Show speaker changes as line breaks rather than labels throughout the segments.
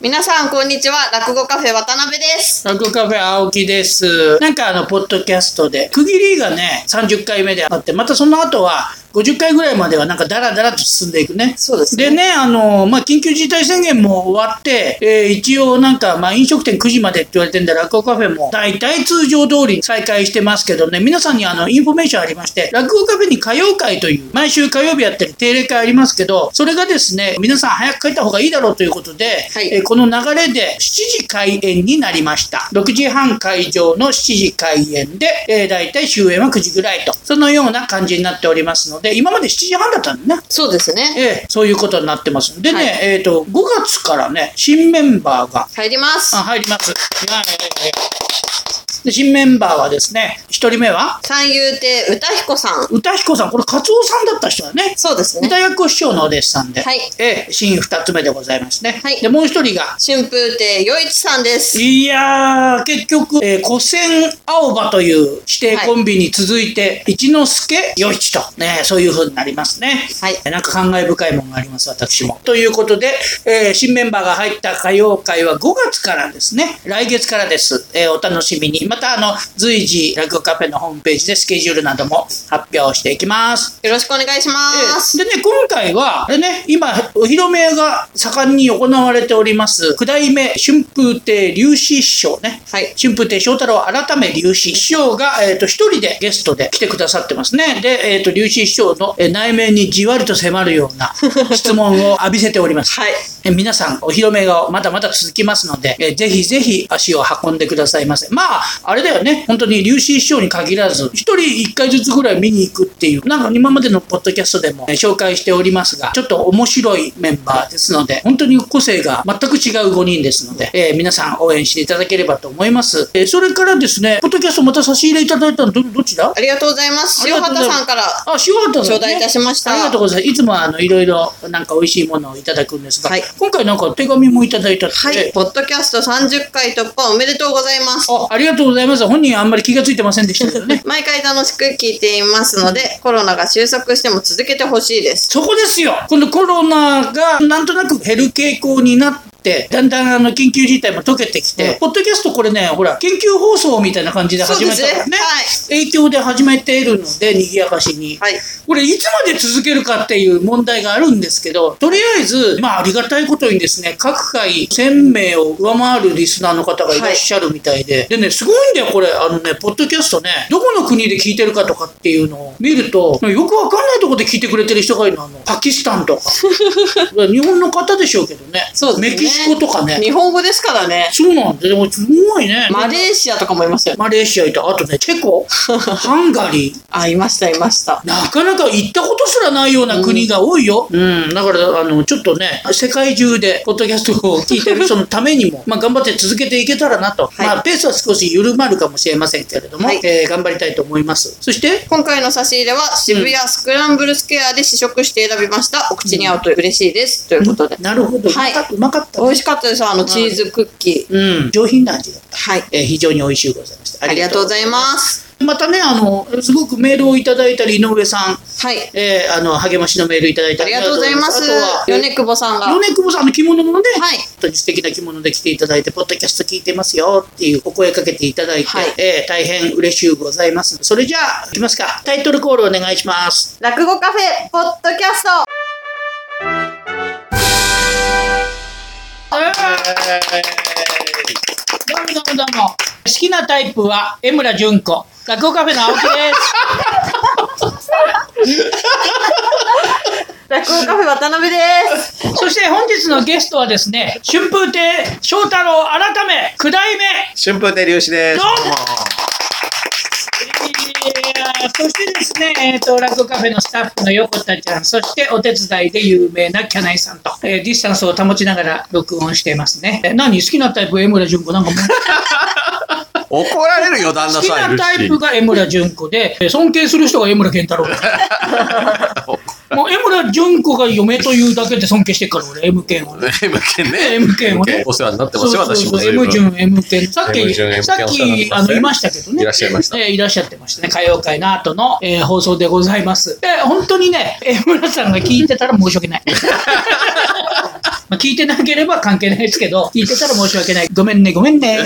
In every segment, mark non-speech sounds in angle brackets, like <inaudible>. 皆さん、こんにちは。落語カフェ渡辺です。
落語カフェ青木です。なんかあの、ポッドキャストで、区切りがね、30回目であって、またその後は、50回ぐらいまではなんかダラダラと進んでいくね。
そうですね
でね、あの、まあ、緊急事態宣言も終わって、えー一応なんか、まあ、飲食店9時までって言われてんで、落語カフェも大体通常通り再開してますけどね、皆さんにあの、インフォメーションありまして、落語カフェに歌謡会という、毎週火曜日やってる定例会ありますけど、それがですね、皆さん早く帰った方がいいだろうということで、
はい
えーこの流れで7時開演になりました。6時半会場の7時開演で、えー、大体終演は9時ぐらいと、そのような感じになっておりますので、今まで7時半だったんだね。
そうですね。
ええ、そういうことになってます。でね、
はい
えっ、と、5月からね、新メンバーが
入ります
あ。入ります。はいで新メンバーはですね、1人目は、
三遊亭歌彦さん。
歌彦さん、これ、カツオさんだった人だね。
そうですね
歌。彦師匠のお弟子さんで、
はい
ええ、新2つ目でございますね。
はい
で、もう1人が、
春風亭与一さんです。
いやー、結局、えー、古戦青葉という指定コンビに続いて、一之輔与一と、ね、そういう風になりますね。
はい
えーなんか感慨深いものがあります、私も。ということで、えー新メンバーが入った歌謡会は5月からですね、来月からです。えーお楽しみに。また、あの、随時、落語カフェのホームページでスケジュールなども発表していきます。
よろしくお願いします。
でね、今回は、でね、今、お披露目が盛んに行われております、九代目春風亭龍志師匠ね。
はい。
春風亭昇太郎改め龍志師匠が、えっ、と、一人でゲストで来てくださってますね。で、えっ、と、龍志師匠の、えー内面にじわりと迫るような質問を浴びせております。
<laughs> はい。
えー皆さん、お披露目がまだまだ続きますので、えーぜひぜひ足を運んでくださいませ。まあ、あれだよね、本当に粒子師匠に限らず、一人一回ずつぐらい見に行くっていう、なんか今までのポッドキャストでも、えー紹介しておりますが、ちょっと面白いメンバーですので、本当に個性が全く違う5人ですので、えー皆さん応援していただければと思います。えーそれからですね、ポッドキャストまた差し入れいただいたのど、どちら
ありがとうございます。塩畑さんから。
あ、塩畑さん、ね。
頂戴いたしました
ありがとうございます。いつもはあのいろいろなんか美味しいものをいただくんですが、
はい
今回なんか手紙もいただいたって。
はい。ポッドキャスト30回突破おめでとうございます。。
あ、ありがとうございます。本人あんまり気がついてませんでしたけど
<laughs>
ね
毎回楽しく聞いていますので、コロナが収束しても続けてほしいです。
そこですよ。このコロナがなんとなく減る傾向になって。だんだんあの緊急事態も解けてきて、
うん
ポッドキャストこれね、ほら、緊急放送みたいな感じで始めたから
そうで
ね、
す
影響で始めているので、賑やかしに。
はい。
これいつまで続けるかっていう問題があるんですけど、とりあえず、まあありがたいことにですね、各回1000名を上回るリスナーの方がいらっしゃるみたいで、でね、すごいんだよ、これ、あのね、ポッドキャストね、どこの国で聞いてるかとかっていうのを見ると、よくわかんないところで聞いてくれてる人がいるの、あの、パキスタ
<laughs>
ンとか。日本の方でしょうけどね。
そうですね
メキシコとかね。
日本語ですからね。
そうなんだ、でもすごいね。
マレーシアとかもいますよ。
マレーシアいた、あとね、チ
<laughs>
ェコ、ハンガリー、
あ、いました、いました。
なかなか行ったことすらないような国が多いよ。うん、だから、あの、ちょっとね、世界中で、ポッドキャストを聞いてる人のためにも、まあ、頑張って続けていけたらなと。
い
まあ、ペースは少し緩まるかもしれませんけれども、
はい
えー頑張りたいと思います。そして、
今回の差し入れは渋谷スクランブルスクエアで試食して選びました。お口に合うと嬉しいです。ということで。
なるほど、
はいう
まかうまかった
美
ね、
味しかったです。あの、チーズクッキー。
うん、上品な味だった。
はい。
えー非常に美味しゅうございました。
ありがとうござい
す。
ます。
またね、あの、すごくメールをいただいたり、井上さん、
はい。
えーあの、励ましのメールいただいた
ありがとうございます
あとは。
米久保さんが。
米久保さんの着物もね、
はい
本当に素敵な着物で来ていただいて、ポッドキャスト聞いてますよっていうお声かけていただいて、
はい
えー大変嬉しゅうございます。それじゃあ、いきますか。タイトルコールお願いします。
落語カフェ、ポッドキャスト。
どうもどうもどうも。好きなタイプは江村純子。学校カフェの青木です。
落語カフェ、渡辺です。
そして本日のゲストはですね、春風亭昇太郎改め、九代目。
春風亭流志です。
どうもいやーそしてですね、えー、と落語カフェのスタッフの横田ちゃん、そしてお手伝いで有名なキャナイさんと、えーディスタンスを保ちながら録音していますね。えー何好きなタイプ、江村純子なんかもう
怒られるよ、旦那
好き
さんい
な
るし。
タイプが江村純子で、えー尊敬する人が江村健太
<laughs>
郎だもう江村純子が嫁というだけで尊敬してるから、俺、M 健をね。
M 県ね。
M 県をね
お世話になってま
そう
すよ、
そう
私
そ
も
う、
随
M
分。
順 M 点。さっ
M
き、
順 M
さっき、あの、いましたけどね。
いらっしゃいました
えーいらっしゃってましたね。歌謡会の後の、えー放送でご
<laughs>
ざいます。えー本当にね、江村さんが聞いてたら申し訳ない。
まあ、聞いてなければ関係ないですけど、聞いてたら申し訳ない。ごめんね、ごめん
<laughs>
ね。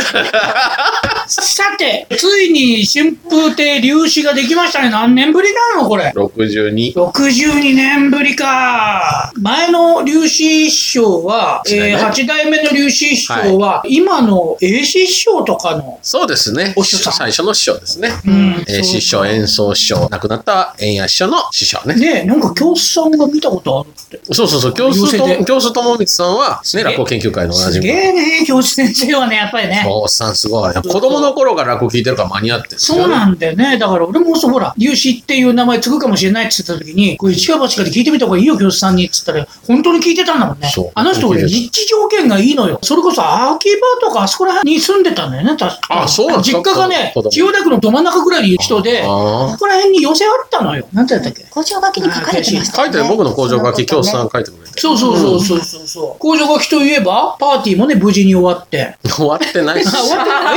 さて、ついに春風亭流子ができましたね。何年ぶりなのこれ。
62。
62年ぶりか。前の龍子師匠は、
違い
え
ね
ー、8代目の龍子師匠は、今の英子師匠とかの、
そうですね。
お師匠さん
最初の師匠ですね。
うん
えー師匠、演奏師匠、亡くなった円谷師匠の師匠ね。
ねえ、なんか教室さんが見たことあるって。
そうそうそう、教
寄
室
せて
と、教室友光さんは、
すげ
ね、
え
落語研究会のおな
す
じみ
げ
の。
えね、教師先生はね、やっぱりね。
おっさんすごい。子供の頃から落語聞いてるから間に合ってるんですよ
そうなんだよね。だから俺もそうほら、粒子っていう名前つくかもしれないって言った時に、これ一か八かで聞いてみた方がいいよ、教師さんにって言ったら、本当に聞いてたんだもんね
そう。
あの人俺、立地条件がいいのよ。それこそ秋葉とかあそこら辺に住んでたんだよね、確か
あそうなんです
実
か
家がね
子供、
千代田区のど真ん中ぐらいにいる人で、
あ
ここら辺に寄せあったのよ。なんてやったっけ
工場書きに書かれてまし
ー
た
書いてる僕の工場書き、
そんなことね
教室さん書いてくれて。
そうそうそうそうそうそう。工場書きといえば、パーティーもね、無事に終
<laughs>
わって。
終わってないし。
あ、終わった。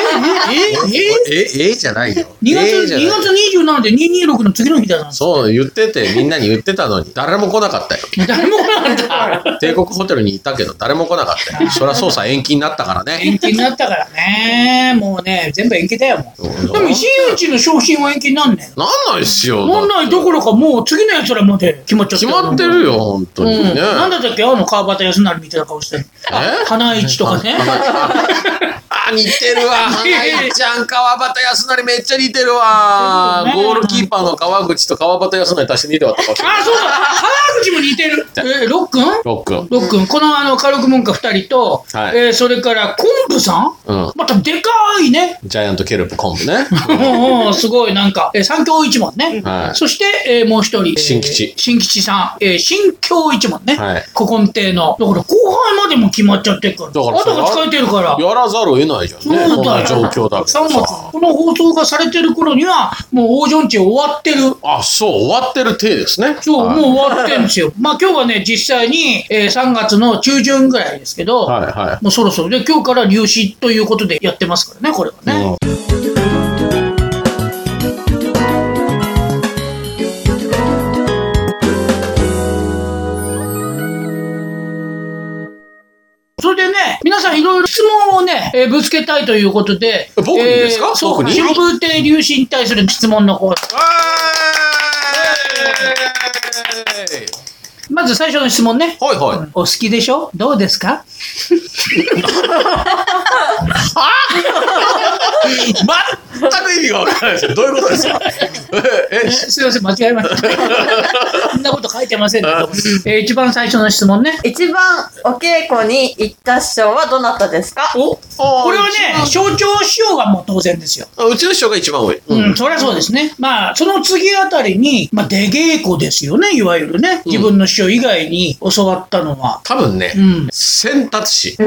え、え、え、え、
え、ええじゃないよ。
2
ええ
月、
じゃない
2月27で226の次の日だなんです
そう、言ってて、みんなに言ってたのに、誰も来なかったよ。
誰
<laughs>
も来なかった。
帝国ホテルにいたけど、誰も来なかったよ。そりゃ捜査延期になったからね。
延期になったからね。もうね、全部延期だよ、もう。
うん
でも、新内の昇進は延期になんねん。
なんないっすよ。
なんないどころか、もう次の奴らまで決まっちゃった
決まってるよ、本当
う
にね。
ん。なんだったっけあの、川端康成みたいな顔してる。あ
え
花市とかね。
<laughs> あ、似てるわ。花井ちゃん、川端康成めっちゃ似てるわ。
似てるよ
ゴ
ね
ールキーパーの川口と川端康成足して似てわったかもしれない
あ、そうだ原口も似て
<laughs>
る。えー、ロックン
ロックン。
ロックン。この、あの、軽く文化二人と、
はい
えーそれから、昆布さん
うん。
また、でかいね。
ジャイアントケルプ昆布ね。
うんうん、すごい、なんか、えー、三強一門ね。
はい
そして、えーもう一人。
新吉
えー新吉さん。えー新京一門ね。
はい
古今亭の。だから、後輩までも決まっちゃってるから。
だからそ
後
れ
が使えてるから。
やらざるを得ないじゃん
そう
ね。こん
だ
な
よ。
状況だけ
3
ど
月。
さ。
この放送がされてる頃には、もう王城地終わってる。
あ、そう、終わってる体ですね。
そう、
はい
もう終わってるんです
<laughs>
よ。まあ今日はね、実際に、えー3月の中旬ぐらいですけど、
はいは
もうそろそろで、今日から入試ということでやってますからね、これはね。
い。うん
それでね、皆さんいろいろ質問をね、えーぶつけたいということで、
僕にですか
えーそう、
僕に
春風亭流子に対する質問の方、まず最初の質問ね。
はいはい。
お好きでしょどうです
<laughs>
か
全く意味がわからないですよ。どういうことですかえ、え、
すいません、間違えました。そんなこと書いてませんけど、えー一番最初の質問ね。
一番お稽古に行った師匠はどなたですか
お
あー
これはね、象徴しようがもう当然ですよ。
あうちの師匠が一番多い。う
うん、そりゃそうですね。まあ、その次あたりに、まあ、出稽古ですよね、いわゆるね。自分の師匠以外に教わったのは。
多分ね
う、ん。
先達師。
おう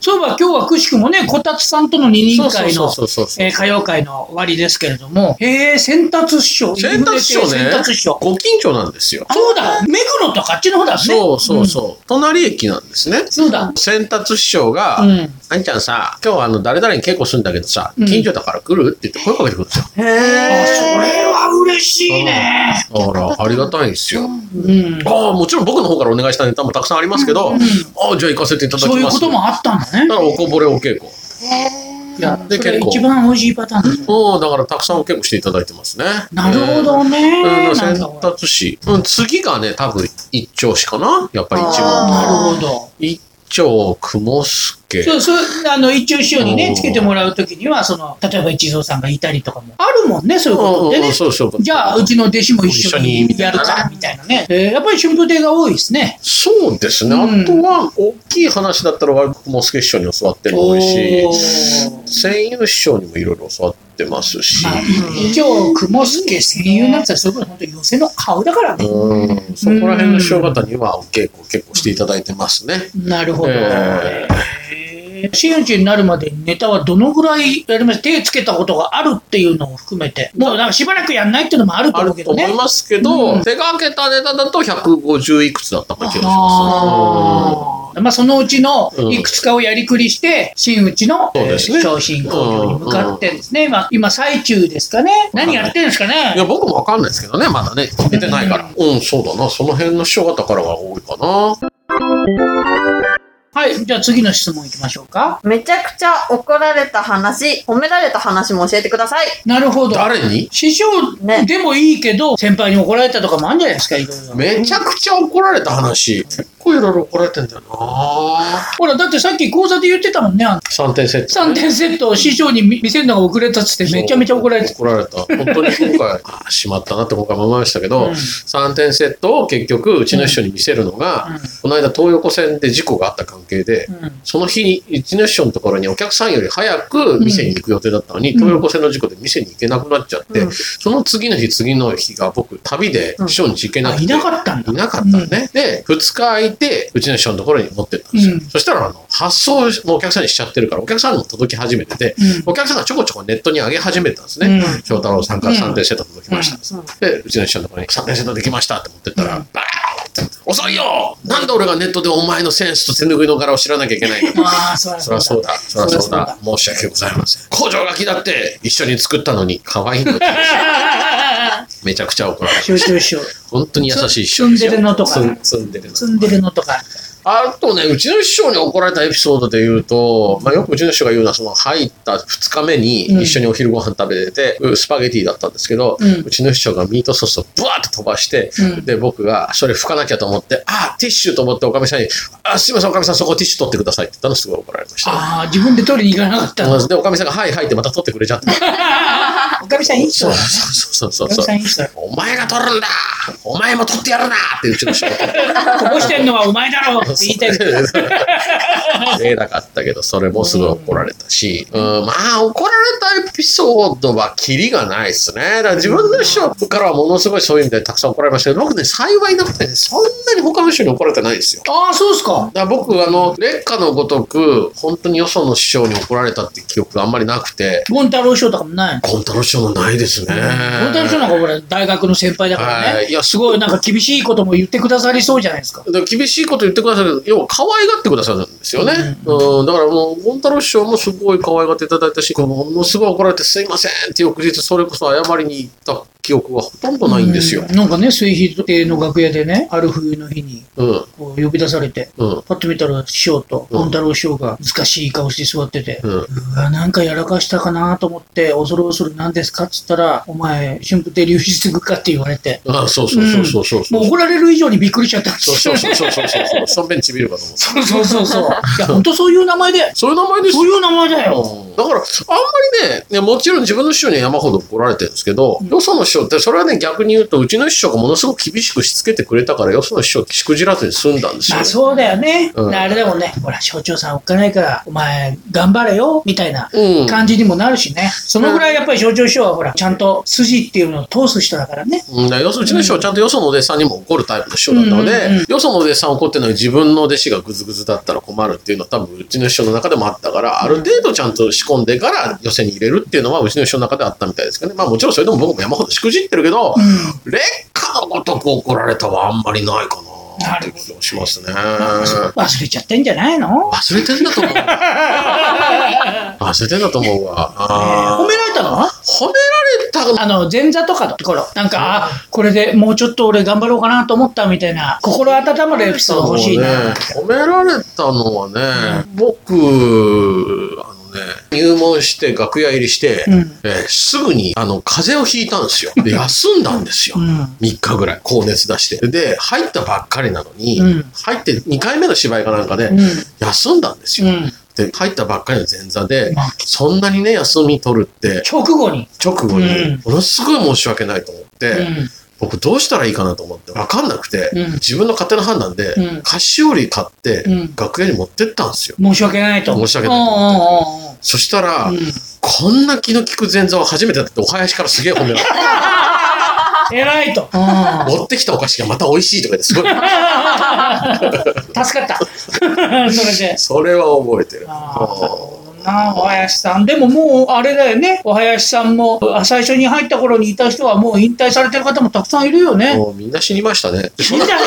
そういえば今日はくしくもね、こたつさんとの二人会の
そうそうそうそうそう
えー歌謡会の終わりですけれども、えー、先達師匠。
先達師匠ね
先達師、匠。
ご近所なんですよ。
そうだ、目黒とかあっちの方だね。
そうそう
うん。
そう。隣駅なんですね。
そうだ。
先達師匠が、
うん
あんちゃんさ、今日あの、誰々に稽古するんだけどさ、
うん
近所だから来るって言って声かけてくるんですよ。
へ
あ、そ
え
れは嬉しいね。
だから、ありがたいんですよ。
うん。
ああ、もちろん僕の方からお願いしたネタもたくさんありますけど、ああ、じゃあ行かせていただきます。
そういうこともあったんだね
だ。から、おこぼれお稽古。
いや、
で
それ
結構
一番美味しいパターンだね
もう、だから、たくさんお稽古していただいてますね。
なるほ
ね。
どね。
うん、
な
先
んかほら
達師。うん、次がね、多分、一丁師かなやっぱり一番。
なるほど。
一丁雲助。
そうそう、あの、一応師匠に
う
ね、
ん
つけてもらうときには、その、例えば一蔵さんがいたりとかもあるもんね、そういうことで
うんう
ね
ん。そうそう。
じゃあ、うちの弟子も一緒に
一緒に
やるから、みたいなね。えーやっぱり春風亭が多いですね。
そうですね。
うん
あとは、大きい話だったら、我々も助師匠に教わってるのも多いし、
おー
戦友師匠にもいろいろ教わってますし、
まあ、以上、雲助声優なんてそれこそ本当に寄せの顔だからね。
うん、そこら辺の師匠方にはお稽古結構していただいてますね。
なるほど。
え
えー真打ちになるまでにネタはどのぐらいやりました手つけたことがあるっていうのを含めて。もうなんかしばらくやんないっていうのもあると
あ
思う
る
け
と
ど
思
ね。
いますけど、
うん
手がけたネタだと150いくつだったか気がします。うん
あーまあ、そのうちのいくつかをやりくりして、真打ちの、
そう
えー
ですね
昇進工業に向かってですね、今、今最中ですかね。何やってるんですか
いや、
ね。
僕もわかんないですけどね、まだね、出てないから。うん、そうだな、その辺の師匠方からが多いかな。
はい、じゃあ次の質問いきましょうか。
めちゃくちゃ怒られた話、褒められた話も教えてください。
なるほど。
誰に
師匠
ね
でもいいけど、先輩に怒られたとかもあるんじゃないですか、いろいろ。
めちゃくちゃ怒られた話。結構いろいろ怒られてんだよな
ほら、だってさっき講座で言ってたもんね、あの
三点セット。
3点セットを師匠に見見せるのが遅れたっつってめちゃめちゃ怒られて
怒られた。本当に今回、 <laughs> あーしまったなって今回も思いましたけ
う
ど、
ん
三点セットを結局、うちの秘書に見せるのが、この間東横線で事故があった関係で、
た。うん
その日に、うちの秘書のところにお客さんより早く店に行く予定だったのに、
うん
東横線の事故で店に行けなくなっちゃって、
うん
その次の日、次の日が僕、旅で秘書に行けな
あ
くて、
いなかったんだ。
いなかったのね。で、2日空いて、うちの秘書のところに持ってったんですよ。
うん
そしたら、あの、発送もお客さんにしちゃってるから、お客さんにも届き始めてて、
うん
お客さんがちょこちょこネットに上げ始めたんですね。
うん
翔太郎さんから3点セット届きました、
うん
で、うちの秘書のところに3点セットできましたって持ってったら、
う
バーンって、遅いよなんで俺がネットでお前のセンスと手拭いの柄を知らなきゃいけないの
まあ、そり
そりゃそうだ。そりゃそうだ。申し訳ございません。工場書きだって一緒に作ったのに可愛
<laughs>
いのにめちゃくちゃ怒られる。
集中しよう。
本当に優しい師匠
ツンツンデレのとか
ツンツンデレの。
積んでるのとか。
あとね、うちの師匠に怒られたエピソードで言うと、まあ、よくうちの師匠が言うのは、その入った2日目に
うん
一緒にお昼ご飯食べてて、スパゲティだったんですけど、
う
うんちの師匠がミートソースをブワーって飛ばして、
うん
で、僕がそれ拭かなきゃと思って、あ、ティッシュと思っておかみさんに、あ、すいません、おかみさんそこティッシュ取ってくださいって言ったのすごい怒られました。
ああ、自分で取りに行かなかった。
で、おかみさんが、はいはいってまた取ってくれちゃって。
おかみさんいい人
<laughs> そう
だ。
そうそう
おか
そ
みさ。ん
う
いい人だ。
<laughs> お前が取るんだお前も取ってやるなってうちの師匠が
こぼしてんのはお前だろうって言いたいけど。
見えなかったけど、それもすごい怒られたし、うん、まあ、怒られたエピソードはキリがないですね。だから自分の師匠からはものすごいそういう意味でたくさん怒られましたけど、僕ね、幸いなことにねそんなに他の人に怒られてないんですよ。
ああ、そうっすか。
だから僕、あの、劣化のごとく、本当によその師匠に怒られたって記憶があんまりなくて、
ゴン太郎賞とかもないの。
コンタロ師匠もないですね。
ゴン太郎賞なんかほら、大学の先輩だから
は
ね。
いいや
すごいなんか厳しいことも言ってくださりそうじゃないですか。
だから厳しいこと言ってくださるけど、要は可愛がってくださるんですよね。うん、だからもう、ゴン太郎師匠もすごい可愛がっていただいたし、ものすごい怒られて、すいませんって翌日、それこそ謝りに行った記憶はほとんどないんですよ
う。なんかね、水平亭の楽屋でね、ある冬の日に
うん、うん、
こう呼び出されて、
うん、
パッと見たら師匠とゴン太郎師匠が難しい顔して座ってて、
うん。
うわ、なんかやらかしたかなと思って、恐る恐る何ですかっつったら、お前、春風亭流出すぐかって言われて、
あそうそうそうそうそうそ
も
う
う。怒られる以上にびっくりしちゃったんです
そう
よ
そうそうそうそうそう。しょんべんちびるかと思った。
そうそうそうそう。 <laughs> いや、本当そういう名前で、
そういう名前です
そう
よ。
いう名前だよ。
だから、あんまりねね、もちろん自分の師匠には山ほど怒られてるんですけど、よその師匠って、それはね、逆に言うと、うちの師匠がものすごく厳しくしつけてくれたから、よその師匠しくじらずに済んだんですよ
まあ。そうだよね。
うん
あれだもんね。ほら、省庁さんおっかないから、お前、頑張れよ、みたいな
うん
感じにもなるしね。そのぐらいやっぱり省庁師匠はほら、ちゃんと筋っていうのを通す人だからね。
うん、だから要するにうちの師匠はちゃんとよそのお弟子さんにも怒るタイプの師匠だったので、
うんうんうん
よそのお弟子さん怒ってるのに自分の弟子がグズグズだったら困るっていうのは多分うちの師匠の中でもあったから、ある程度ちゃんと仕込んでから寄せに入れるっていうのはうちの師匠の中であったみたいですけどね。まあもちろんそれでも僕も山ほどしくじってるけど、劣化のごとく怒られたはあんまりないかなって気がしますね。
忘れちゃってんじゃないの
忘れてん
<laughs>
だと思う。忘れてんだと思うわ。あー
褒められたの
褒められた
あの、前座とかのところ、なんか、あ、これでもうちょっと俺頑張ろうかなと思ったみたいな、心温まるエピソード欲しいな。
そうね褒められたのはね、僕、あのね、入門して楽屋入りして、
うん
えーすぐにあの風邪をひいたんですよ。で、休んだんですよ。
うん。
3日ぐらい高熱出して。で、入ったばっかりなのに、
うん
入って2回目の芝居かなんかで、
うん
休んだんです
う
よ。
ん。
で、入ったばっかりの前座で
まあ、
そんなにね、休み取るって、
直後に。
直後
う
に
ん、
ものすごい申し訳ないと思って、
うん。
僕どうしたらいいかなと思って分かんなくて、
うん
自分の勝手な判断で、
うん
菓子折り買って、
うん
楽屋に持ってったんですよ。
申し訳ないと。
申し訳ないと
おうおうおうおう
そしたら、
うん
こんな気の利く前座は初めてだってお囃子からすげえ褒めら
<laughs>
れた。
偉いと。うん
持ってきたお菓子がまた美味しいとかですごい。
助かった。それで。 <laughs>
それは覚えてる。
あー
うん
な、お林さん。でももう、あれだよね。お林さんも、あ最初に入った頃にいた人はもう引退されてる方もたくさんいるよね。
もうみんな死にましたね。
みんな、みんな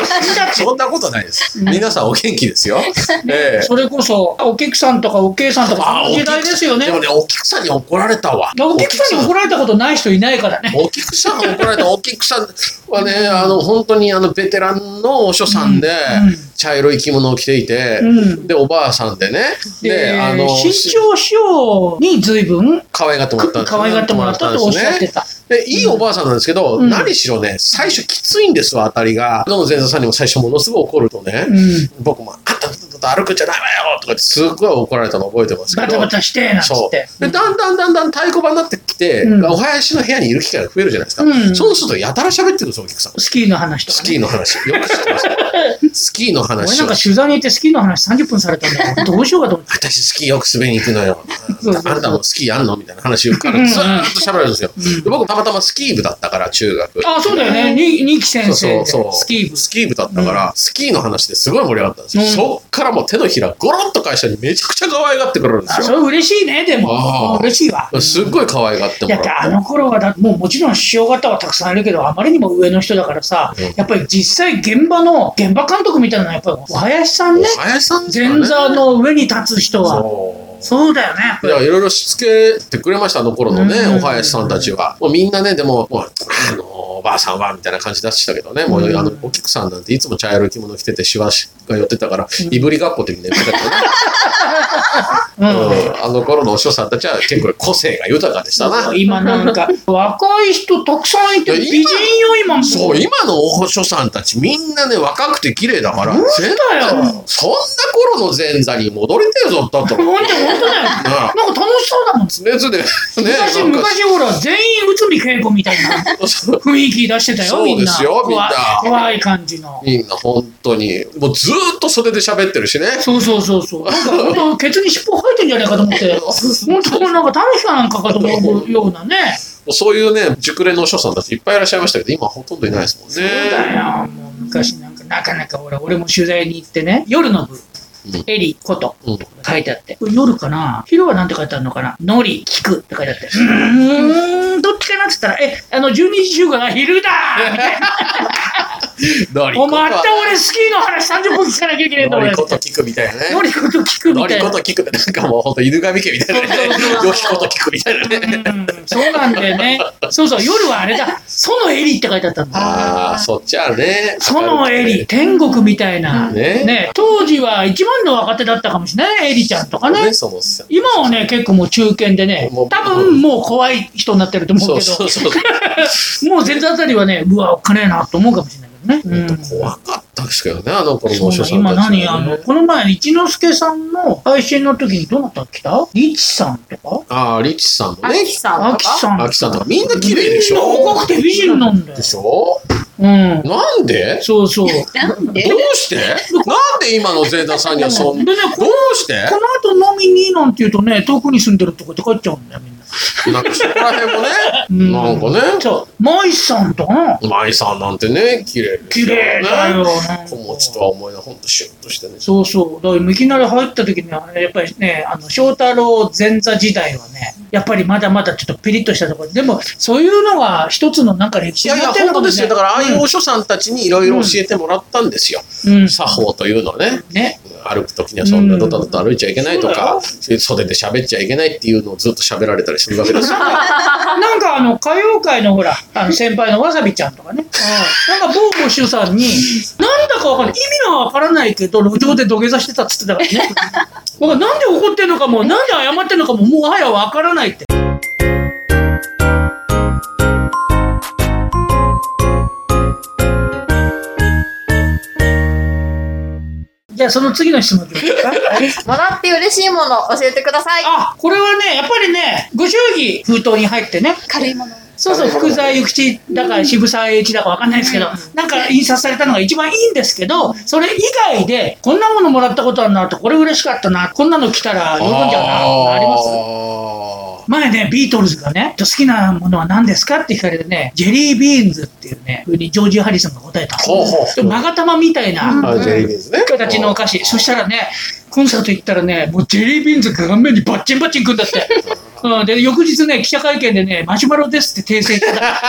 そんなことないです。皆さんお元
<laughs>
気ですよ。ええ
それこそ、お客さんとかおけいさんとか、あの時代ですよね
で。もね、お客さんに怒られたわ。
お客さんに怒られたことない人いないからね。
お菊さん怒られたお菊さんはねあの本当にあのベテランのお書さんで、
うんうん
茶色い着物を着ていて、
うん
でおばあさんでねで
で、
あの
新潮師匠に随分、
可愛がってもらったんですね
可愛がってもらったとおっしゃってた。
でいいおばあさんなんですけど、
うん
何しろね最初きついんですわ当たりがどの前座さんにも最初ものすごい怒るとね、
うん。
僕も「あんたと歩くんじゃないわよ」とかってすごい怒られたの覚えてますけ
バ
ど
タバタして、なんつっ
そ
て。
う。で、だんだんだんだん太鼓判になってきて、
うん
お囃子の部屋にいる機会が増えるじゃないですか。
うん
そうすると、やたら喋ってるんですよ、お客さん。
スキーの話とか、
ス
ね。
キーの話。よく知ってますね。スキーの
俺
話
<laughs> なん
を
か。取材に行ってスキーの話30分されたんだよ。どうしようかと思って。
私スキーよく滑りに行くのよ
そうそう。そう
あんたもスキーやんのみたいな話をから
うん
ずーっと喋るんですよ。
ん
で僕たまたまスキー部だったから、中学。
あ、そうだよね。に二木先生
そ
で
うそうそう
スキー部。
スキー部だったから、スキーの話ですごい盛り上がったんですよ。
うん
そっからもう手のひらゴロンと会社にめちゃくちゃ可愛がってくれるんで
あ
す
それ
よ。
嬉しいね、でも
あ。ー
嬉しいわ。
すっごい可愛がっても
だっ
らっ
て
て。
あの頃はだ、もうもちろん師匠方はたくさんいるけど、あまりにも上の人だからさ、
うん
やっぱり実際現場の、現場監督みたいなのはやっぱりお林さんね、
お囃子さんですからね
前座の上に立つ人は。
そう
そうだよね、やっぱ
い
り。
や、いろいろしつけてくれました、あの頃のね、
うん
お囃子さんたちは。もうみんなね、でも、もう、あの、おばあさんは、みたいな感じ出してたけどね、も
う
う、
ん
あの、お菊さんなんていつも茶色い着物着てて、しわしが寄ってたから、いぶりがっこ的に
<laughs>
ね、たけどね。
うん。
うんあの頃のお師匠さんたちは結構個性が豊かでしたな。
今なん
<laughs>
か、若い人たくさんいて、
いや
美
今
人よ、今。
そう、今のお師匠さんたちみんなね、若くて綺麗だから、そんな
だよ。ほん
頃の前座に戻りてえぞ、だったら。
と、
ね
ほんとだよ。なんか楽しそうだもん。
常々ね、
昔、
なんか
昔ほら、全員内海稽古みたいな
そう
雰囲気出してたよ、
そう
みんな。
ですよみんな
怖い怖い感じの。
みんな本当に、もうずーっと袖で喋ってるしね。
そうそうそうそう。なんか本当、ケツに尻尾生えてんじゃないかと思
<laughs>
って、本当、なんかタヌキかなんかかと思うようなね。
もうそういうね、熟練のお師匠さんたちいっぱいいらっしゃいましたけど、今ほとんどいないですもんね。
そうだよ、もう昔なんか、なかなかほら、俺も取材に行ってね、夜の部
うん、
エリこと。
うん
書いてあって。これ夜かな昼はなんて書いてあるのかなのり、聞くって書いてあって。うーん、どっちかなって言ったら、え、あの、12時中華が昼
<laughs>
だーみたいな。
のり
お
こ
前、また俺スキーの話30分聞かなきゃいけないと
の
思
り
う
こと聞くみたいなね。
のりこと聞くみた
のり
い
こ
な
と。聞くってなんかもうほんと犬神家みたいなね。よきこと聞くみたいなね。
うんそうなんだよね。そうそう、夜はあれだ。そのエリって書いてあったんだ。
ああ、そっちはね。
そのエリ、天国みたいな。
ね
ね、当時は一番の若手だったかもしれない、エリちゃんとかね
ね、。そのさ
今はね、結構もう中堅でね
も、う
多分もう怖い人になってると思
そうう
けど
そう、そう。
もう前座あたりはね、うわ、おっかねえなと思うかもしれないけどね。うん
怖かったですけどね、あの頃の
そ
お
う
師匠
だ
さん
今
たち、ね。
何あの、この前、一之輔さんの配信の時にどなた来たリチさんとか
ああ、リッチさんも
あ
ね
き。さん
ア
と
キ
か
さん
あきさんとかみんな綺麗でし
みんな
ょ
若くて美人なんだよ
で。しょ
うん。
なんで
そうそう。
<laughs>
なん
どう
で
してなんで今の前座さんにはそん
で
ど
ね
う
こ
して
この後飲みになんて言うとね、遠くに住んでるとこって帰っちゃうんだよ、みんな。
なんかそこら辺もね、
うん
なんかね、
そう。マイさんとかな。
舞さんなんてね、綺麗です
綺
よね。
麗だよ。なんか
子持ちとは思いな、ほんとシュッとしてね。
そうそう。だからいきなり入った時にはね、やっぱりね、あの、翔太郎前座時代はね、やっぱりまだまだちょっとピリッとしたところで、も、そういうのが一つのなんか歴
い
史
や
に
い
な
や、
ってるの
本
かも
当で
し
す
れ
よ。だ
な
か
い。
ら、ああいうお書さんたちにいろいろ教えてもらったんですよ。
うん。
作法というのはね。
ね。
歩くときにはそんなドタドタ歩いちゃいけないとか、
うん
袖で喋っちゃいけないっていうのをずっと喋られたりするわけですよ。
なんかあの歌謡界のほらあの先輩のわさびちゃんとかね、なんか某募集さんになんだかわかんない意味のわからないけど路上で土下座してたっつってたからね僕はなんで怒ってんのかもなんで謝ってんのかももはやわからないって。じゃあその次の質問いきますか。
もらって嬉しいもの教えてください。
あ、これはね、やっぱりね、ご祝儀封筒に入ってね、
軽いもの。
そうそう、福沢諭吉だか渋沢栄一だかわかんないですけど、なんか印刷されたのが一番いいんですけど、それ以外で、こんなものもらったことあるなと、これ嬉しかったな、こんなの来たら喜んじゃうな、あります
あ
前ね、ビートルズがね、好きなものは何ですかって聞かれてね、ジェリービーンズっていうね、風にジョージ・ハリソンが答えた
ほうほう
の。長玉みたいな、
あジェリービーンズね。
形のお菓子。そしたらね、コンサート行ったらね、もうジェリービーンズが顔面にバッチンバッチンくんだ <laughs> って。うん、で、翌日ね、記者会見でね、マシュマロですって訂正してた。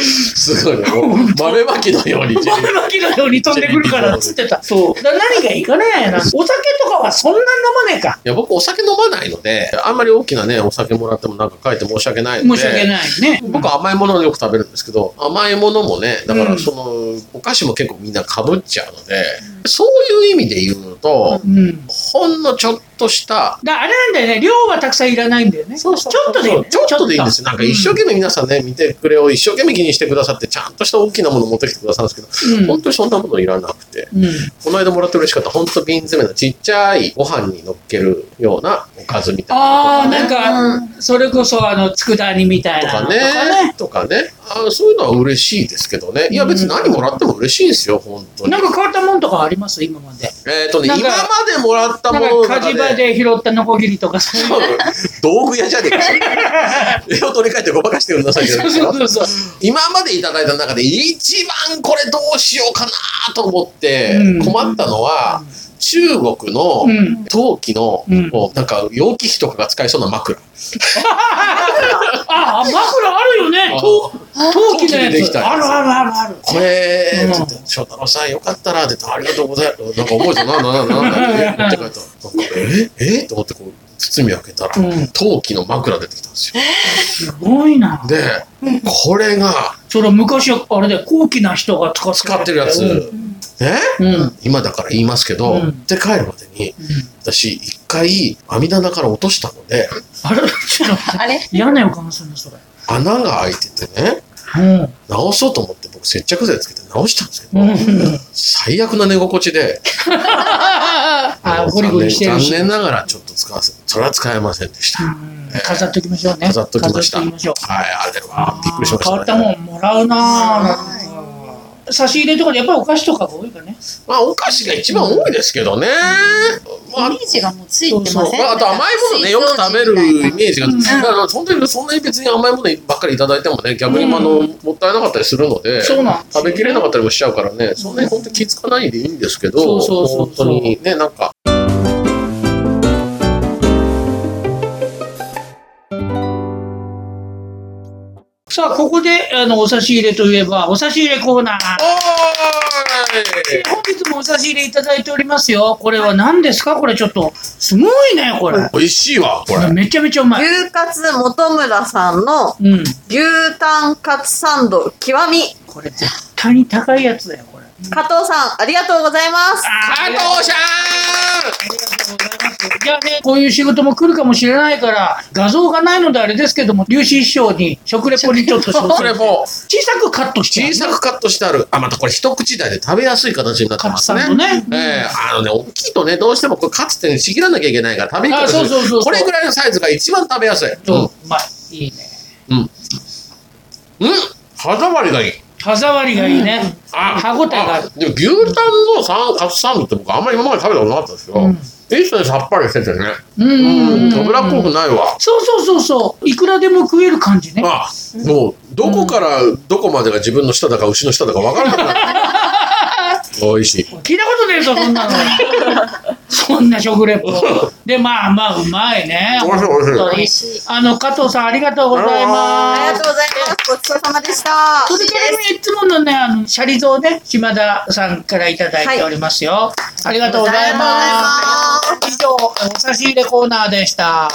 すごいね。もう <laughs> 豆まきのようにジェリー
豆の木のように飛んでくるからっつってた。そう。だから何がいいかねえな。お酒とかはそんな飲まねえか。
いや、僕お酒飲まないので、あんまり大きなね、お酒もらってもなんか書いて申し訳ないの
申
で。
し訳ないね。
僕は甘いものをよく食べるんですけど、甘いものもね、だか
う
ら
ん
その、お菓子も結構みんな被っちゃうので、そういう意味で言うのと、
うん。
ほんのちょっとした、
だからあれなんだよね、量はたくさんいらないんだよね。ちょっとでいい、ね。
ちょっとでいいんですよ。なんか一生懸命皆さんね、見てくれを一生懸命気にしてくださって、ちゃんとした大きなもの持ってきてくださるんですけど、
うん
本当にそんなものいらなくて、
うん。
この間もらって嬉しかった、本当瓶詰めのちっちゃいご飯に乗っけるようなおかずみたいな
あ
のとか
あ、
ね。
なんか、それこそ、あの、佃煮みたい
と
な
か
のとか
ね
ね。、
とかねあー、そういうのは嬉しいですけどね、いや、別に何もらっても嬉しいですよ、本当に。
なんか変わったもんとかあります今まで。
えっ、とね、
なん
今
か
までもらった
な
も
ん
のの
か
中
火事場
で、
で拾ったノコギリとかさ。 <laughs>
多分道具屋じゃねえか。 <laughs> 絵を取り替えてごまかしてくださいよ
そうそうそうそう。 <laughs>
今までいただいた中で、一番これどうしようかなと思って
うん
困ったのは、中国の
うん。
陶器の、
うん
もうなんか容器費とかが使えそうな枕。
あ、枕あるよね。陶陶器の
陶器でで
や
き
つ。
たやつ
あるあるあるある。
これ、
うん
つって翔太郎さんよかったらって言ってありがとうございます。なんか思うと、なんだなんだなんだって言って書いた。なんか、ええと思ってこう、包み開けたら、
うん
陶器の枕出てきたんですよ。
すごいな。
で、これが
それ昔はあれで高貴な人が使って
使ってるやつ、
うん。
ね、
うん
今だから言いますけど、
うん
持って帰るまでに、私、一回網棚から落としたので、
あれちょっと
あれ
嫌な予感するのそれ。
穴が開いててね、
うん。
直そうと思って僕接着剤つけて直したんですけど、
うん。
最悪な寝心地で、
<laughs> あ、ゴリゴリしてる
残
し。
念ながらちょっと使わせ、それは使えませんでした。
うん飾っておきましょうね。
飾っときました。
飾っときしょう
はい、あれはびっくりしました、ね。
変わったもんもらうなぁ。差し入れとかでやっぱりお菓子とかが多いからね。
まあ、お菓子が一番多いですけどね。まあ、
イメージがもうついてません
そうそうまああと甘いものね、よく食べるイメージが。だから、本当にそんなに別に甘いものばっかりいただいてもね、逆に
うん
あの、もったいなかったりするので、
そうなんですよ
食べきれなかったりもしちゃうからね、そんなに本当に気付かないでいいんですけ
そ
ど、
うそうそう
本
そ
当
う
にね、なんか、
さあ、ここで、あの、お差し入れといえば、お差し入れコーナー。
おーい
本日もお差し入れいただいておりますよ。これは何ですかこれちょっと、すごいね、これ。
美味しいわ、これ。
めちゃめちゃうまい。
牛カツ元村さんの
うん。
牛タンカツサンド極み。
これ絶対に高いやつだよ、これ。
加藤さん、ありがとうございます。
加藤さん
ありがとうございます。じゃあね、こういう仕事も来るかもしれないから、画像がないのであれですけども、粒子師匠に食レポにちょっと小
これも
小さくカットしてある
小さくカットしてある。あ、またこれ一口大で食べやすい形になって
カ
ま
ツ
す
さ
ね
ん。のね。
ええあのね、大きいとね、どうしてもこれカツってねちぎらなきゃいけないから食べにくい
あそうそうそうそう
これぐらいのサイズが一番食べやすい。うん。
そう、うまい。いいね。
うん歯触りがいい。
歯触りがいいね。
あ
歯応えがある。
あでも牛タンのサンカツサンドって僕あんまり今まで食べたことなかったんですけど、いいっすね、さっぱりしててね。
うんうんうん。
油っこくないわ。
そうそうそうそう。いくらでも食える感じね。
あ、もう、どこからどこまでが自分の舌だか牛の舌だか分からなく
<laughs>
なる。美味しい。
聞いたことねえぞ、そん <laughs> なの。そんな食 <laughs> レポ。で、まあまあ、うまいね。
美味しい美味しい
本当に
しい
あの、加藤さん、ありがとうございます。
ありがとうございます。ごちそうさまでした。
それからね、いつものね、あの、シャリ像ね、島田さんからいただいておりますよ。ありがとうございます。以上、お差し入れコーナーでした。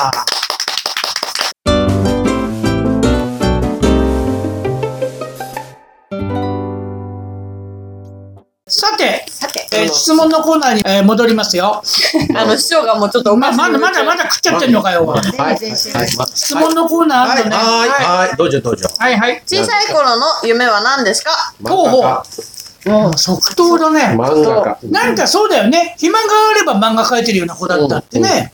さて、えー質問のコーナーに、えー戻りますよ。
あの、師匠がもうちょっとお
ま
前、
まだまだまだ食っちゃってんのかよ。お前
はい。
質問のコーナーあ
は
る
い、
のね。
はい、はい、どうぞどうぞ。
はい、はい。
小さい頃の夢は何ですか
ほうほうもう即答だね。
漫画家。
なんかそうだよね。暇があれば漫画描いてるような子だったってね。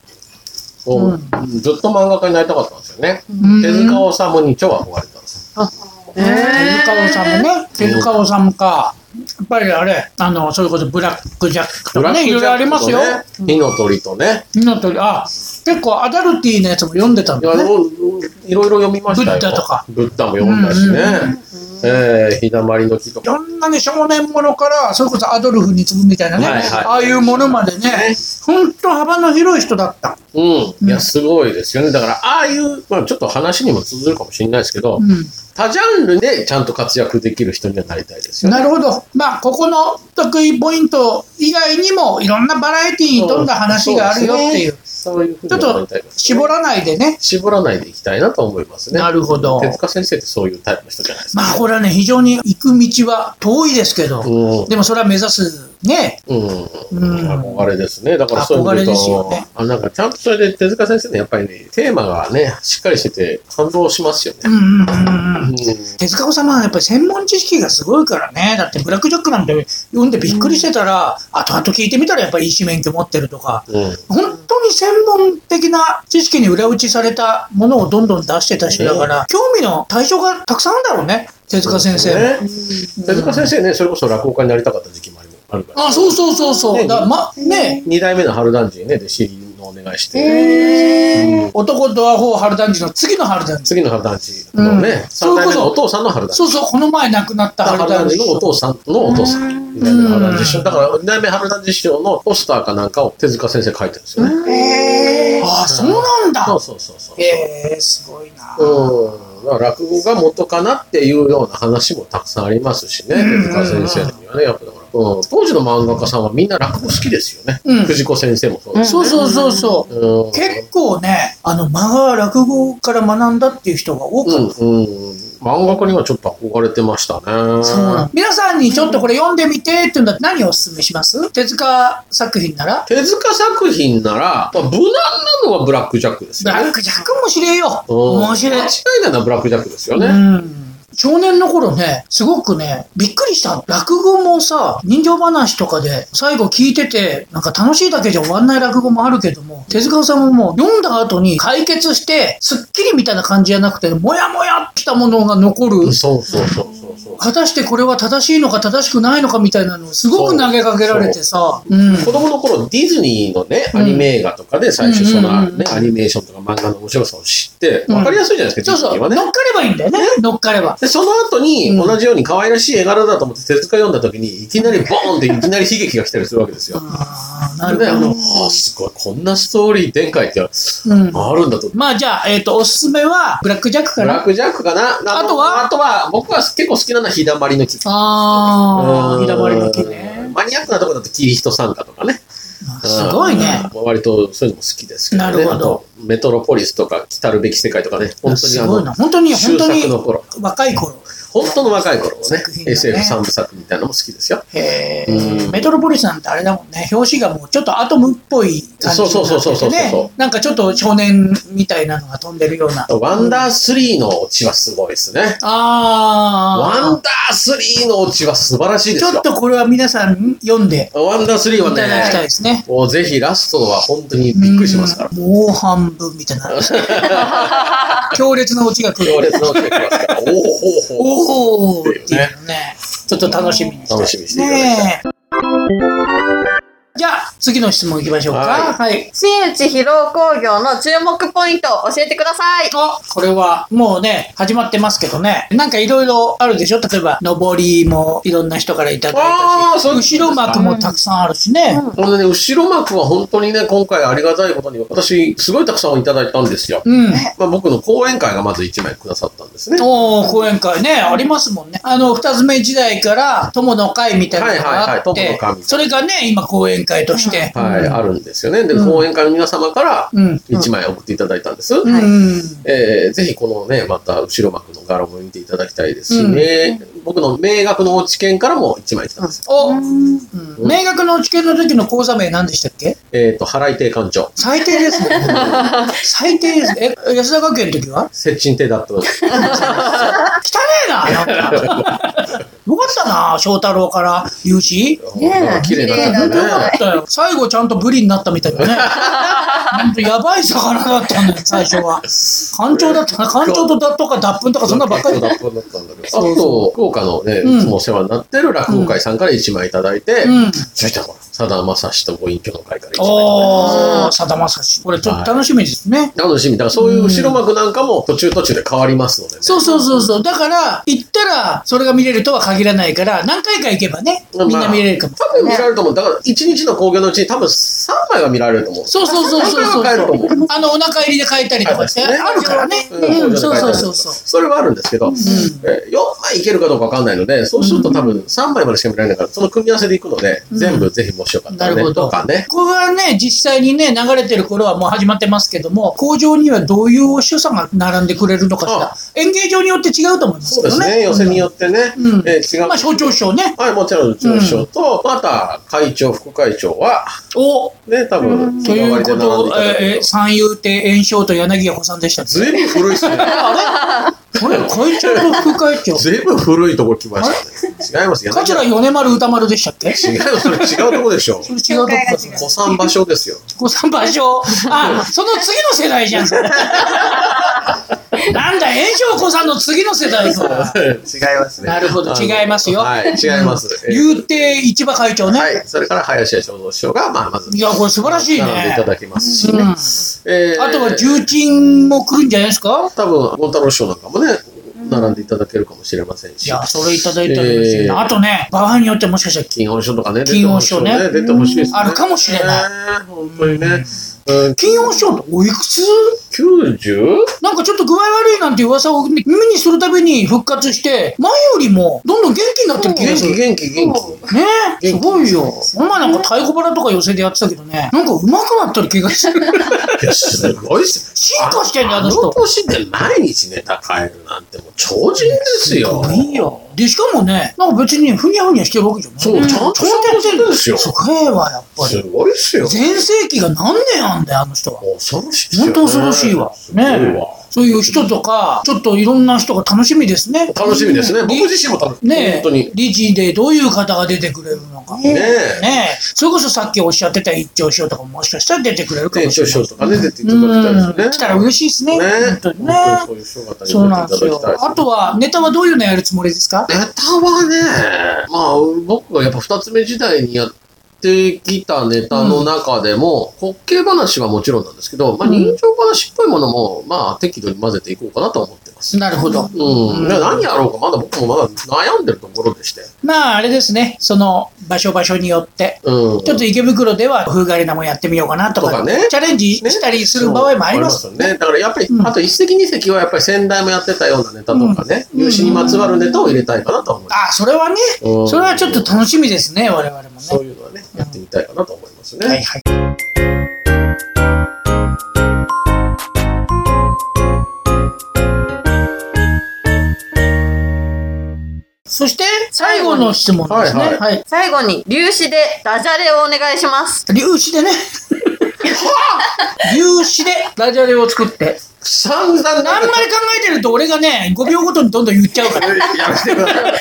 こうずっと漫画家になりたかったんですよね。
うん
手塚治虫に超憧れてたんですよ。
手塚治虫ね。手塚治虫か。やっぱりあれ、あの、それこそブラックジャックと
ブ
か
ラック
ね、い
ジャ
ろいろあ
ッ
り
ク
ますよ。
とね火の鳥とね。
火の鳥、あ、結構アダルティーなやつも読んでたん
いや
だ
い
ね。
ろいろ読みましたよ。
ブッダとか
ブッダも読んだしね。ええひだまりの木と
い
か。
ろんなね、少年ものから、それこそアドルフに次ぐみたいなね、
はいはい
ああいうものまでね、ほんと幅の広い人だった。
うん。いや、すごいですよね。だから、ああいう、まあ、ちょっと話にも通ずるかもしれないですけど、
うん。
多ジャンルでちゃんと活躍できる人にはなりたいですよね。
なるほど。まあ、ここの得意ポイント以外にも、いろんなバラエティーに富んだ話があるよっていう。
そういうふうに
ちょっ
思い
と
たいですね
絞らないでね。
絞らないでいきたいなと思いますね。
なるほど
手塚先生ってそういうタイプの人じゃないですか。
まあ、これはね、非常に行く道は遠いですけど、
うん
でもそれは目指すね、
うん、
うん
憧れですね。だからそういう意味で言
憧れで
うと
すよね
あなんかちゃんとそれで手塚先生ね、やっぱりね、テーマがね、しっかりしてて感動しますよね。
うんうんうんうん。
う
手塚治虫はやっぱり専門知識がすごいからね。だってブラックジャックなんて読んでびっくりしてたら、後々聞いてみたらやっぱり医師免許持ってるとか、
ん。うん。
本当に専門的な知識に裏打ちされたものをどんどん出してた人だから、興味の対象がたくさんあるんだろうね、手塚先生も。
ね手塚先生ね、それこそ落語家になりたかった時期もあるあるから。
あ、そうそうそうそう。
ね
だからま、ね、
二代目の春団次にね、弟子のお願いして、うん
男とアホ春団治の次の春団治。
次の春団次のね、
うん
三代目のお父さんの春団次。
そうそう、この前亡くなった
春
春
団
団
次
治
のお父さんのお父さん。二代目の春団次師匠。だから、二代目春団次師匠のポスターかなんかを手塚先生書いてるんですよね。
ああ、そうなんだ。
そうそうそうそう。
へえ、すごいな。
うん、だから落語が元かなっていうような話もたくさんありますしね、手塚先生にはね、やっぱだから、うん、当時の漫画家さんはみんな落語好きですよね、
うん
藤子先生もそうです、
そうそうそうそう。
うん
結構ね、あの、間が落語から学んだっていう人が多かった。
うんうん、漫画家にはちょっと憧れてましたね。
そうなん皆さんにちょっとこれ読んでみてっていうんだって何をおすすめします手塚作品なら
手塚作品なら、まあ、無難なのはブラック・ジャックです
ブ
よね。
ラックジャックも知れよ。
うん
面白い
間違。いないのはブラック・ジャックですよね。
うん少年の頃ね、すごくね、びっくりしたの。落語もさ、人情話とかで、最後聞いてて、なんか楽しいだけじゃ終わんない落語もあるけども、手塚さんももう読んだ後に解決して、すっきりみたいな感じじゃなくて、もやもやってきたものが残る。
そうそうそうそうそう。
果たしてこれは正しいのか正しくないのかみたいなのをすごく投げかけられてさ、うん
子供の頃ディズニーのね
うん
アニメ映画とかで最初その
うんうんうん
ねアニメーションとか漫画の面白さを知って
うん
分かりやすいじゃないですか、
そう
ディ
そ
ズ
う、
ニー
乗
は
っかればい
ね。
いんだよね、乗っかれば。
でその後に
うん
同じように可愛らしい絵柄だと思って手塚読んだ時にいきなりボーンっていきなり悲劇が来たりするわけですよ。
あーな
でね、あ
る
の、
ほ
あすごい、こんなストーリー展開ってあ
ど。うん。
るんだと。
まあじゃあ、えっ、と、おすすめは、ブラックジャックか
ブラッ
な。
クジャックかな
あとは
あとは、僕は結構好きなのは日だまりの木。
あ
う
あ、
ん
ひだまりの木ね。
マニアックなとこだとキリヒトサンタとかね。
すごいね。
うん。割とそういうのも好きですけど、ね。
なるほど
あと。メトロポリスとか、来たるべき世界とかね。本当に
す
あ
ごいな。
の、
本当に、本
終
当に
作の頃、
若い頃。
本当の若い頃のね
作品、がね
SF 三部作みたいなのも好きですよ。
え
う
ー、
ん
メトロポリスなんてあれだもんね、表紙がもうちょっとアトムっぽい感じに
そうそう
な
そう
って
そうそ
て
うそう
ね、なんかちょっと少年みたいなのが飛んでるような
あ。とワンダー3のオチはすごいですね。ワ
あ
ンダー3のオチは素晴らしい
あ、
で
ち
す
ょっ
よ。
とこれは皆さん読んで
ワンダー3
い
は
ただきたいで
ね、
すね。
もうぜひラストは本当にびっくりしますから。
うんもう半分みたい
<laughs>
な。強烈なオチが来
強
る。
烈なオチが来ますから。おーおーおー
おおっていうのね。ちょっと楽しみにして
楽しみにしていただきたい。
ねえ。じゃあ、次の質問いきましょうか。
は
はい。
新内疲労工業の注目ポイントを教えてください。
あ、これは、もうね、始まってますけどね。なんかいろいろあるでしょ例えば、上りもいろんな人からいただい
あ
た
ー
し、
そうですか
後ろ幕もたくさんあるしね。
このね、後ろ幕は本当にね、今回ありがたいことに、私、すごいたくさんいただいたんですよ。
うん。
まあ、僕の講演会がまず1枚くださったんですね。
おー講演会ね、ありますもんね。あの、二つ目時代から、友の会みたいなのがあって、
はいはいはい友の会みたいな
それがね、今講演会として。
はい、あるんですよね。で、講演会の皆様から
うん
1枚送っていただいたんです。
うん。
えーぜひこのね、また後ろ幕の柄も見ていただきたいですしね、僕の名学の知見からも1枚来たんです。
お、うん、明確の知見の時の講座名何でしたっけ
えっ、と、払い亭館長、
最低ですね。最低ですね。え、安田学園の時は
接近亭だったので、
汚えななんか
<laughs>
よかったな翔太郎から融資
綺麗な方
よか
ね
っ。たよ最後ちゃんとブリになったみたいなね当やばい魚だったんだよ、最初
<laughs>
は。干潮だったな。干潮とだとか脱粉とかそんなばっかりだ。
だったんだけど。あと、福岡のね、
うん
いつもお世話になってる落語会さんから1枚いただいて、
うん。
そしたらほら、さだまさしとご隠居の会から一枚いただいて
おー、さだまさし。これちょっと楽しみですね。
楽しみ。だからそういう後ろ幕なんかも途中途中で変わりますのでね。
そうそうそうそう。だから、行ったら、それが見れるとは限らないから、何回か行けばね、
まあ
みんな見れるかも。
多分見られると思う。だから一日の興行のうちに多分3枚は見られると思う。
そうそうそうそうそう。
何回も帰ると思う
あの、お腹入りで帰ったりとかって
帰ったりね
あるからね。
う
うんん、そうそうそうそう。
それはあるんですけど、えー4枚いけるかどうかわかんないので、そうすると多分3枚までしか見られないから、その組み合わせでいくので、全部ぜひもしよかったら
なる
ね、
ほど
とかね。
ここはね、実際にね、流れてる頃はもう始まってますけども、工場にはどういうお師匠さんが並んでくれるのかし
あ
ら、演芸場によって違うと思います
そう
け
で
ど
す
ね。
ね。寄せによってね、
うん
えー違う。
まあ、象徴賞ね。
はい、もちろん上昇と、また会長、副会長は、
お
ね、多分、
というこ
並んでい
と、
ただける
えー、三遊亭円章と柳家保さんでしたっけ。
ずいぶん古い
<laughs>
ですね。
これ、会長と副会長。
ずいぶん古いところ来ましたね。違います。違います。
桂米丸歌丸でしたっけ
違うそれ違うとこでし
<laughs>
ょ。
違うとこだ
違
古参場所ですよ。
ご参拝所。あ、その次の世代じゃ
<laughs>
ん。それなんだ、炎上子さんの次の世代
<laughs>
か。
<laughs> 違いますね。
なるほど
あの
違いますよ
はい、違います。えー
言うて市場会長ね。、
はいい、それから林家正蔵師匠が、まあ、まず。
や、これ素晴らしい
並んでい
ね
た。だきますし
うん
ね。
あ
えー
とは重鎮も来るんじゃないですか。
多分、権太郎師匠なんかもね、並んでいただけるかもしれません
い
し。
や、それいただいたら嬉しいな
えー
あとね、場合によってもしかしたら。
金王賞とかね、
金王賞ね
出てほしい出てほしいですね。
あるかもしれ
ない。本当にね。うん、
金曜賞っておいくつ
90?
なんかちょっと具合悪いなんて噂を耳にするたびに復活して、前よりもどんどん元気になってる気が
元
す
気
る。
元気元気。
ねえ、すごいよ。お前なんか太鼓腹とか寄せでやってたけどね、なんか上手くなったり気がす
<laughs>
る。
いや、すごいっす。
進化してんだよ、あ
あ
の
の
人。
年で毎日ネタ変えるなんてもう超人ですよ。
いいよ。で、しかもね、なんか別にふにゃふにゃしてるわけじゃない。
そう、ちゃんと
ちゃん
した
と
ことしてるんですよ。
す
す
ごいわ、やっぱり。
ごいっすよ。
全盛期が何年あんだよ、あの人は。
恐ろしいっすよ
本
ね
当恐ろしいわ。
すごい
ね
わ
そういう人とか、ちょっといろんな人が楽しみですね。
楽しみですね。僕
り
自身も楽しみ。
ねえ
本当に。
理事でどういう方が出てくれるのか。
ね
ね
え。
えそれこそさっきおっしゃってた一丁塩とかももしかしたら出てくれるか
ね
も
え、
しれ
少
ない。
々とかね、出ていただきたいですね。
うん。来たら嬉しいですね。本当にね。
本当にそういう方に
そうなんで
出
す
てい
よ
ただき。たい
あとは、ネタはどういうのやるつもりですか
ネタはね、まあ、僕がやっぱ二つ目時代にやってきたネタの中でも、滑稽話はもちろんなんですけど、まあ、
うん
人情話っぽいものも、まあ、適度に混ぜていこうかなとは思ってます。
なるほど。
うん。
うん
で何やろうか、まだ僕もまだ悩んでるところでして。
まあ、あれですね。その、場所場所によって。
うん。
ちょっと池袋では風変わりなもんやってみようかなとか、
とかね
チャレンジしたりする場合もあります。
よね。だからやっぱり、
うん
あと一石二石はやっぱり先代もやってたようなネタとかね、
うん
入試にまつわるネタを入れたいかなとは思います。
あ、それはね、
うん
それはちょっと楽しみですね、我々もね。
そういうのはね、やってみたいかなと思いますね。
はいはい。そして、最後の質問ですね。
は
はいい、
は
はいい
最後に、粒子でダジャレをお願いします。
粒子で <laughs> ね。粒子でダジャレを作って。
散々
あんまり考えてると俺がね、5秒ごとにどんどん言っちゃうから。 <laughs>
やめてください。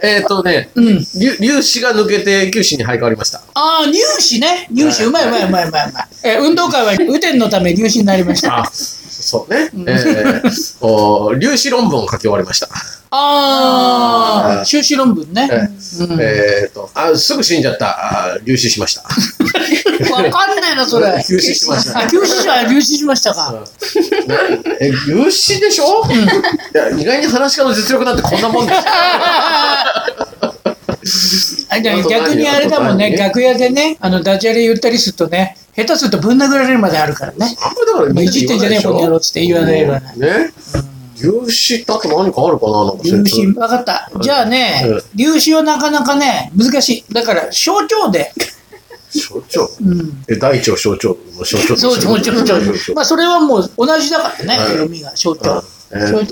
<laughs> えっとね、
うん。
粒粒子が抜けて球子に生え変わりました。
ああ、入試ね。入試、うまいうまいうまいうまいうまい。え、運動会は雨天のため入試になりました。あ
そうね。えー、 <laughs> お粒子論文を書き終わりました。
あー、修士論文ね。うん
えっと、あ、すぐ死んじゃった。あ粒子しました。
わかんないな、そ
<laughs>
れ。
休止しました
あ、休止しました。休止しましたか。
え、粒子でしょ、いや意外に話し家の実力なんてこん
<laughs>
なもんですよ。
あじゃあ逆にあれだもんね、楽屋でね、あの、ダジャレ言ったりするとね、下手するとぶん殴られるまであるからね。
あんまりだから
まあいじってんじゃねえこの野郎っつって言わない言わない
ね。粒子だと何かあるかななんか
粒子、わかった。じゃあね
うん、
粒子はなかなかね、難しい。だから、象徴で。
象徴。
うん。
え、大腸、小腸の象徴。
そう、象徴、象徴。まあ、それはもう同じだからね、
はい
読みが、象徴。
えーっと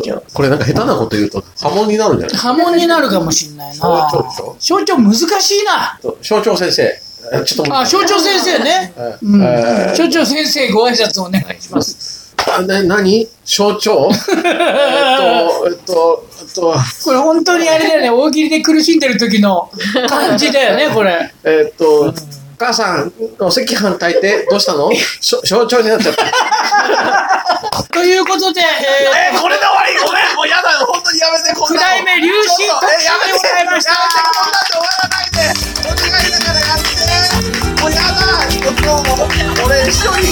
象徴
これなんか下手なこと言うと波紋になるんじゃない
波紋になるかもしれないな
象徴でしょ。
象徴難しいな。
象徴先生。あちょっと
あ、象徴先生ね。うん
えー
所長先生ご挨拶お願いします。
あな何象徴 <laughs> えーっと、えーっと、えーっと、
これ本当にあれだよね、大喜利で苦しんでる時の感じだよね、これ。
えーっと、母さん、お赤飯炊いて、どうした <laughs> のしょ象徴になっちゃった。
ということで、え
えー、これで終わりごめんもうやだよ本当にやめてこんなの
九代目龍神
ちょっとえやめて
突起でございました
やめてこんなんで終わらないでお願いだからやってもうやだもう今日も俺一人